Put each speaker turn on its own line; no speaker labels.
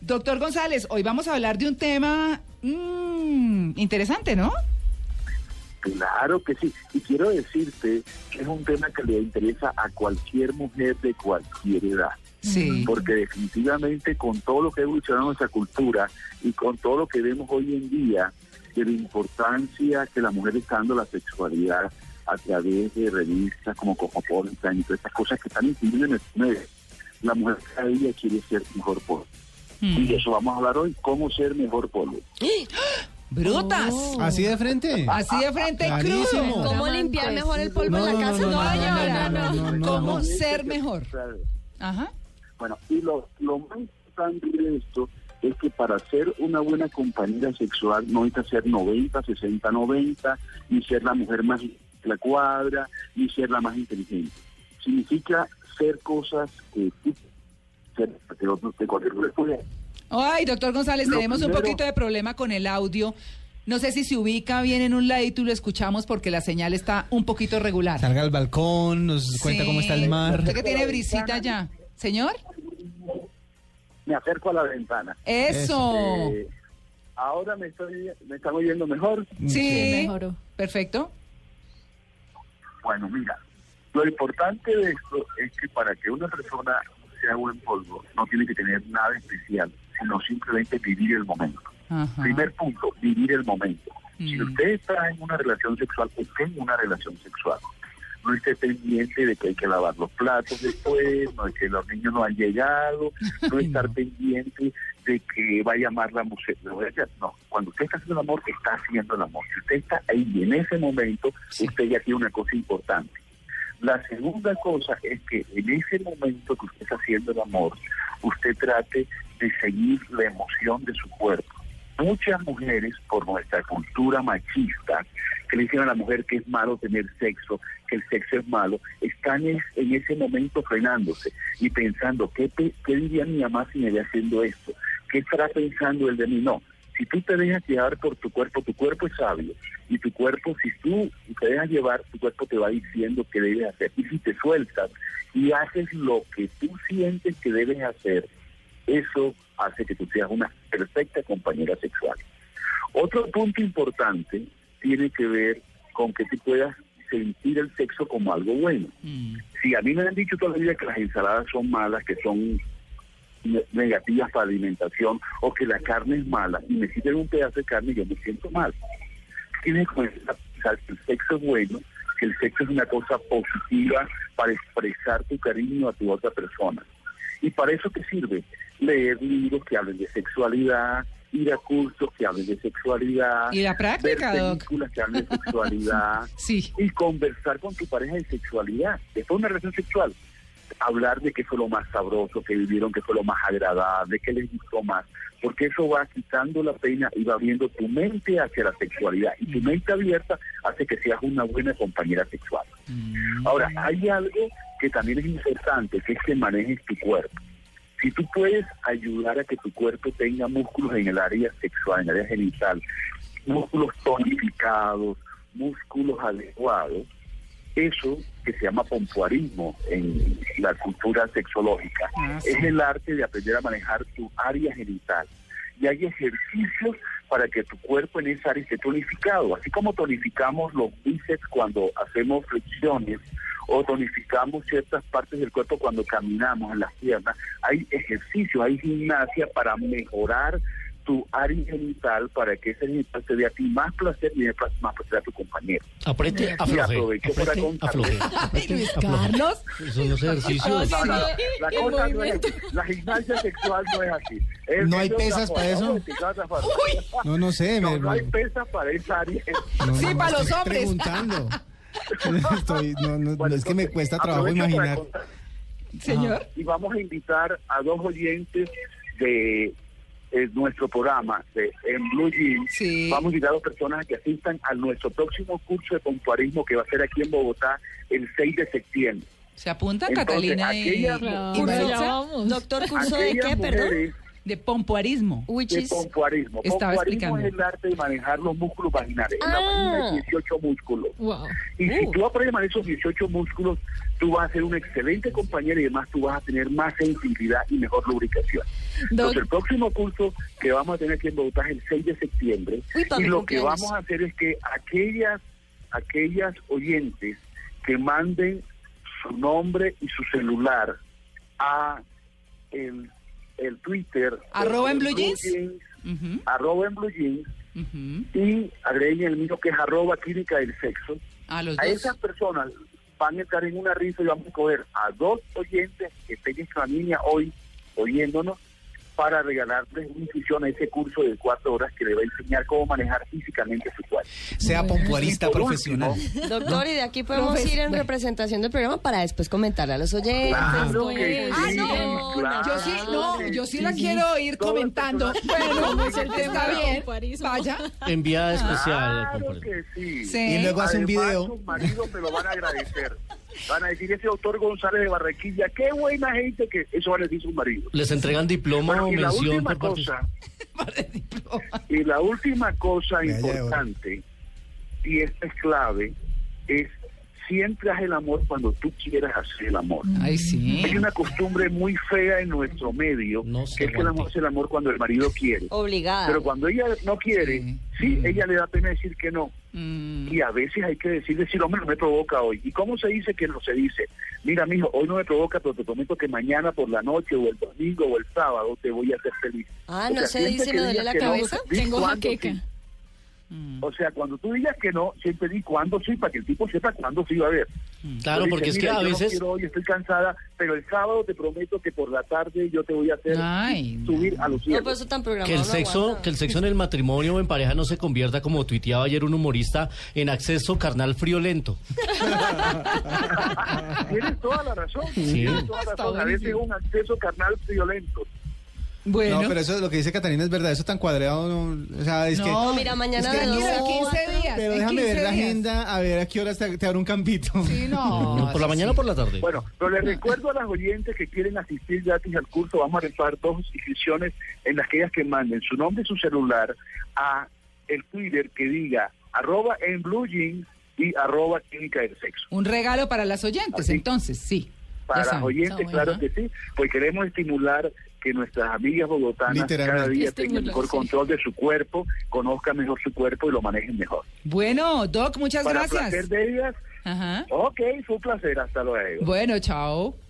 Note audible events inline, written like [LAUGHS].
Doctor González, hoy vamos a hablar de un tema mmm, interesante, ¿no?
Claro que sí. Y quiero decirte que es un tema que le interesa a cualquier mujer de cualquier edad.
Mm.
Sí.
Porque definitivamente con todo lo que ha evolucionado nuestra cultura y con todo lo que vemos hoy en día, de la importancia que la mujer está dando a la sexualidad a través de revistas como Cosmopolitan y todas estas cosas que están incluyendo en el medio. La mujer cada día quiere ser mejor polvo. Y de eso vamos a hablar hoy, cómo ser mejor polvo.
Brutas.
¿Así de
[LAUGHS]
frente?
Así de frente
Clarísimo.
crudo.
¿Cómo
Amante,
limpiar mejor el
sí.
polvo en la casa?
No, no, no,
señora,
no, no, no, no.
¿Cómo ser mejor? Ajá.
Bueno, y lo, lo más importante de esto es que para ser una buena compañera sexual no necesita ser 90, 60, 90, ni ser la mujer más de la cuadra, ni ser la más inteligente. Significa ser cosas que tú, ser que otro- que cualquier otro puede.
Ay, doctor González,
Lo
tenemos un
primero-
poquito de problema con el audio. No sé si se ubica bien en un ladito y lo escuchamos porque la señal está un poquito regular.
Salga al balcón, nos cuenta
Sí.
cómo está el mar.
Usted que tiene brisita ya. ¿Señor?
Me acerco a la ventana.
Eso.
Eh, ahora me estoy me están oyendo mejor.
Mm,
Sí.
mejoró.
Perfecto.
Bueno, mira, lo importante de esto es que para que una persona sea buen polvo, no tiene que tener nada especial, sino simplemente vivir el momento.
Ajá.
Primer punto, vivir el momento. Si
Mm.
usted está en una relación sexual, esté en una relación sexual. No esté pendiente de que hay que lavar los platos después, no de que los niños no han llegado,
[LAUGHS]
no estar pendiente de que va a llamar la mujer. la mujer. No, cuando usted está haciendo el amor, está haciendo el amor. Si usted está ahí en ese momento,
Sí.
usted ya tiene una cosa importante. La segunda cosa es que en ese momento que usted está haciendo el amor, usted trate de seguir la emoción de su cuerpo. Muchas mujeres, por nuestra cultura machista, que le dicen a la mujer que es malo tener sexo, que el sexo es malo, están es- en ese momento frenándose y pensando, ¿qué, pe- qué diría mi mamá si me ve haciendo esto? ¿Qué estará pensando él de mí? No. Si tú te dejas llevar por tu cuerpo, tu cuerpo es sabio. Y tu cuerpo, si tú te dejas llevar, tu cuerpo te va diciendo qué debes hacer. Y si te sueltas y haces lo que tú sientes que debes hacer, eso hace que tú seas una perfecta compañera sexual. Otro punto importante tiene que ver con que tú puedas sentir el sexo como algo bueno.
Mm.
Si a mí me han dicho toda la vida que las ensaladas son malas, que son ne- negativas para la alimentación o que la carne es mala y me sirven un pedazo de carne y yo me siento mal. Tienes que comenzar a pensar que el sexo es bueno, que el sexo es una cosa positiva para expresar tu cariño a tu otra persona. ¿Y para eso qué sirve? Leer libros que hablen de sexualidad, ir a cursos que hablen de sexualidad,
Y la
ver
práctica, Doc.
películas que hablen de
[LAUGHS]
sexualidad
Sí.
y conversar con tu pareja de sexualidad. Después de una relación sexual, hablar de qué fue lo más sabroso, que vivieron, qué fue lo más agradable, qué les gustó más. Porque eso va quitando la pena y va abriendo tu mente hacia la sexualidad. Y tu mente abierta hace que seas una buena compañera sexual. Ahora, hay algo que también es importante, que es que manejes tu cuerpo. Si tú puedes ayudar a que tu cuerpo tenga músculos en el área sexual, en el área genital, músculos tonificados, músculos adecuados, eso que se llama pompoarismo en la cultura sexológica,
Ah, sí.
es el arte de aprender a manejar tu área genital. Y hay ejercicios para que tu cuerpo en esa área esté tonificado, así como tonificamos los bíceps cuando hacemos flexiones o tonificamos ciertas partes del cuerpo cuando caminamos en las piernas. Hay ejercicios, hay gimnasia para mejorar tu área genital para que ese genital te dé a ti más placer y dé pla- más placer a tu compañero.
Aprete, afloje.
aprovecho para
Aprete,
contar.
afloje.
Ay,
Este
Luis Carlos.
Son los ejercicios.
No, no, no, La
El
cosa no es
movimiento.
así. La gimnasia sexual no es así. Es-
¿No hay
es
pesas
otra forma.
para eso?
Vamos a explicar otra forma.
No, no sé.
No,
me-
no hay
me-
pesas para esa área.
no,
Sí,
no,
para los
estoy
hombres.
preguntando. [LAUGHS] Estoy- no, no,
Bueno,
es que me
entonces,
cuesta trabajo
aprovecho para
imaginar.
contar-
Señor.
y vamos a invitar a dos oyentes de eh, nuestro programa de, en Blue Jeans.
Sí.
Vamos a invitar a dos personas a que asistan a nuestro próximo curso de pompoarismo que va a ser aquí en Bogotá el 6 de septiembre.
Se apuntan
Entonces,
Catalina y,
aquella-
y
Claro.
Curso,
Maritza.
ya vamos.
Doctor, ¿curso de
Aquellas
qué, perdón?
mujeres
de pompoarismo.
Which
de
is...
pompoarismo.
Estaba
Pompoarismo
explicando.
es el arte de manejar los músculos vaginales. En la
Ah.
vagina hay 18 músculos.
Wow.
Y si
Uh.
tú aprendes a manejar esos 18 músculos, tú vas a ser un excelente compañero y además tú vas a tener más sensibilidad y mejor lubricación.
Doc,
Entonces, el próximo curso que vamos a tener aquí en Bogotá es el 6 de septiembre.
Uy, para
y
mi
lo que
cumpleaños.
vamos a hacer es que aquellas, aquellas oyentes que manden su nombre y su celular a el, el Twitter.
Arroba en
el
Blue Jeans. Ujú,
arroba en Blue Jeans,
ujú.
y agreguen el mío que es arroba clínica del sexo.
A los
A
dos.
esas personas van a estar en una risa y vamos a coger a dos oyentes que estén en su línea hoy oyéndonos para regalarles una inscripción a ese curso de cuatro horas que le va a enseñar cómo manejar físicamente su cuerpo.
Sea pompuarista
Y por
profesional.
último,
Doctor, y de aquí podemos
Profes-
ir en
bueno.
representación del programa para después comentarle a los oyentes.
Claro
cómo
que
es.
sí,
Ah, no.
claro
Yo sí, no, yo sí la quiero oír
Todo el
comentando.
personaje.
Bueno,
Es el
está
tema.
bien.
Pompoarismo.
Vaya.
Enviada especial.
Claro
compadre.
que sí.
Sí.
Y luego hace un
Además,
video.
Sus maridos me lo van a agradecer. Van a decir ese doctor González de Barranquilla, qué buena gente que eso van a decir sus maridos.
Les entregan diploma
Bueno,
o
y la
mención
última
por parte. [LAUGHS]
cosa,
Para el diploma.
y la última cosa
Ya, ya, bueno.
importante, y esta es clave, es siempre haz el amor cuando tú quieras hacer el amor.
Ay, sí.
Hay una costumbre muy fea en nuestro medio,
No se
que es que la
aguanta.
mujer hace el amor cuando el marido quiere.
Obligada.
Pero cuando ella no quiere,
Sí.
Mm.
sí, ella le da pena decir que no.
Mm.
Y a veces hay que decirle si el hombre no me provoca hoy. ¿Y cómo se dice que no se dice? Mira, mijo, hoy no me provoca, pero te prometo que mañana por la noche o el domingo o el sábado te voy a hacer feliz.
Ah,
O
¿no
sea,
se
siempre
dice
que
me duele
digas
la
que no,
cabeza?
di
Tengo
cuándo
jaqueca.
sí.
Mm.
O sea, cuando tú digas que no, siempre di cuándo sí, para que el tipo sepa cuándo sí va a haber.
Claro,
Pero
porque
dices,
es que
"Mira,
a
yo no
veces.
quiero hoy estoy cansada, pero el sábado te prometo que por la tarde yo te voy a hacer
Ah.
Ay,
subir a los
No, pues,
cielos.
por eso tan
Que
programado.
el,
no
sexo,
aguanta.
que el sexo en el matrimonio o en pareja no se convierta, como tuiteaba ayer un humorista, en acceso carnal friolento.
Ah, Tienes toda la razón.
Sí.
Tienes toda la razón. A veces es un acceso carnal violento.
Bueno.
No, pero eso es lo que dice Catalina es verdad, eso tan cuadrado no, o sea, es que
No,
mira, mañana
es que
de dos
Mira,
a
en 15 días.
Pero
en
déjame
15
ver la
días.
agenda, a ver a qué horas te, te abro un campito.
Sí, no.
No, ¿Por la
Ah, sí,
mañana
sí.
o por la tarde?
Bueno, pero les recuerdo a las oyentes que quieren asistir gratis al curso, vamos a reparar dos inscripciones en las que ellas que manden su nombre y su celular a el Twitter que diga arroba en blue jeans y arroba clínica del sexo.
Un regalo para las oyentes,
Así.
entonces, sí.
Para
Ya
las
saben.
oyentes,
está
claro
bueno.
que sí, pues queremos estimular que nuestras amigas bogotanas
Literalmente.
cada día tengan
Estimular,
mejor
sí.
control de su cuerpo, conozcan mejor su cuerpo y lo manejen mejor.
Bueno, Doc, muchas
Para placer
gracias.
de ellas,
Ajá.
ok, fue un placer, hasta luego.
Bueno, chao.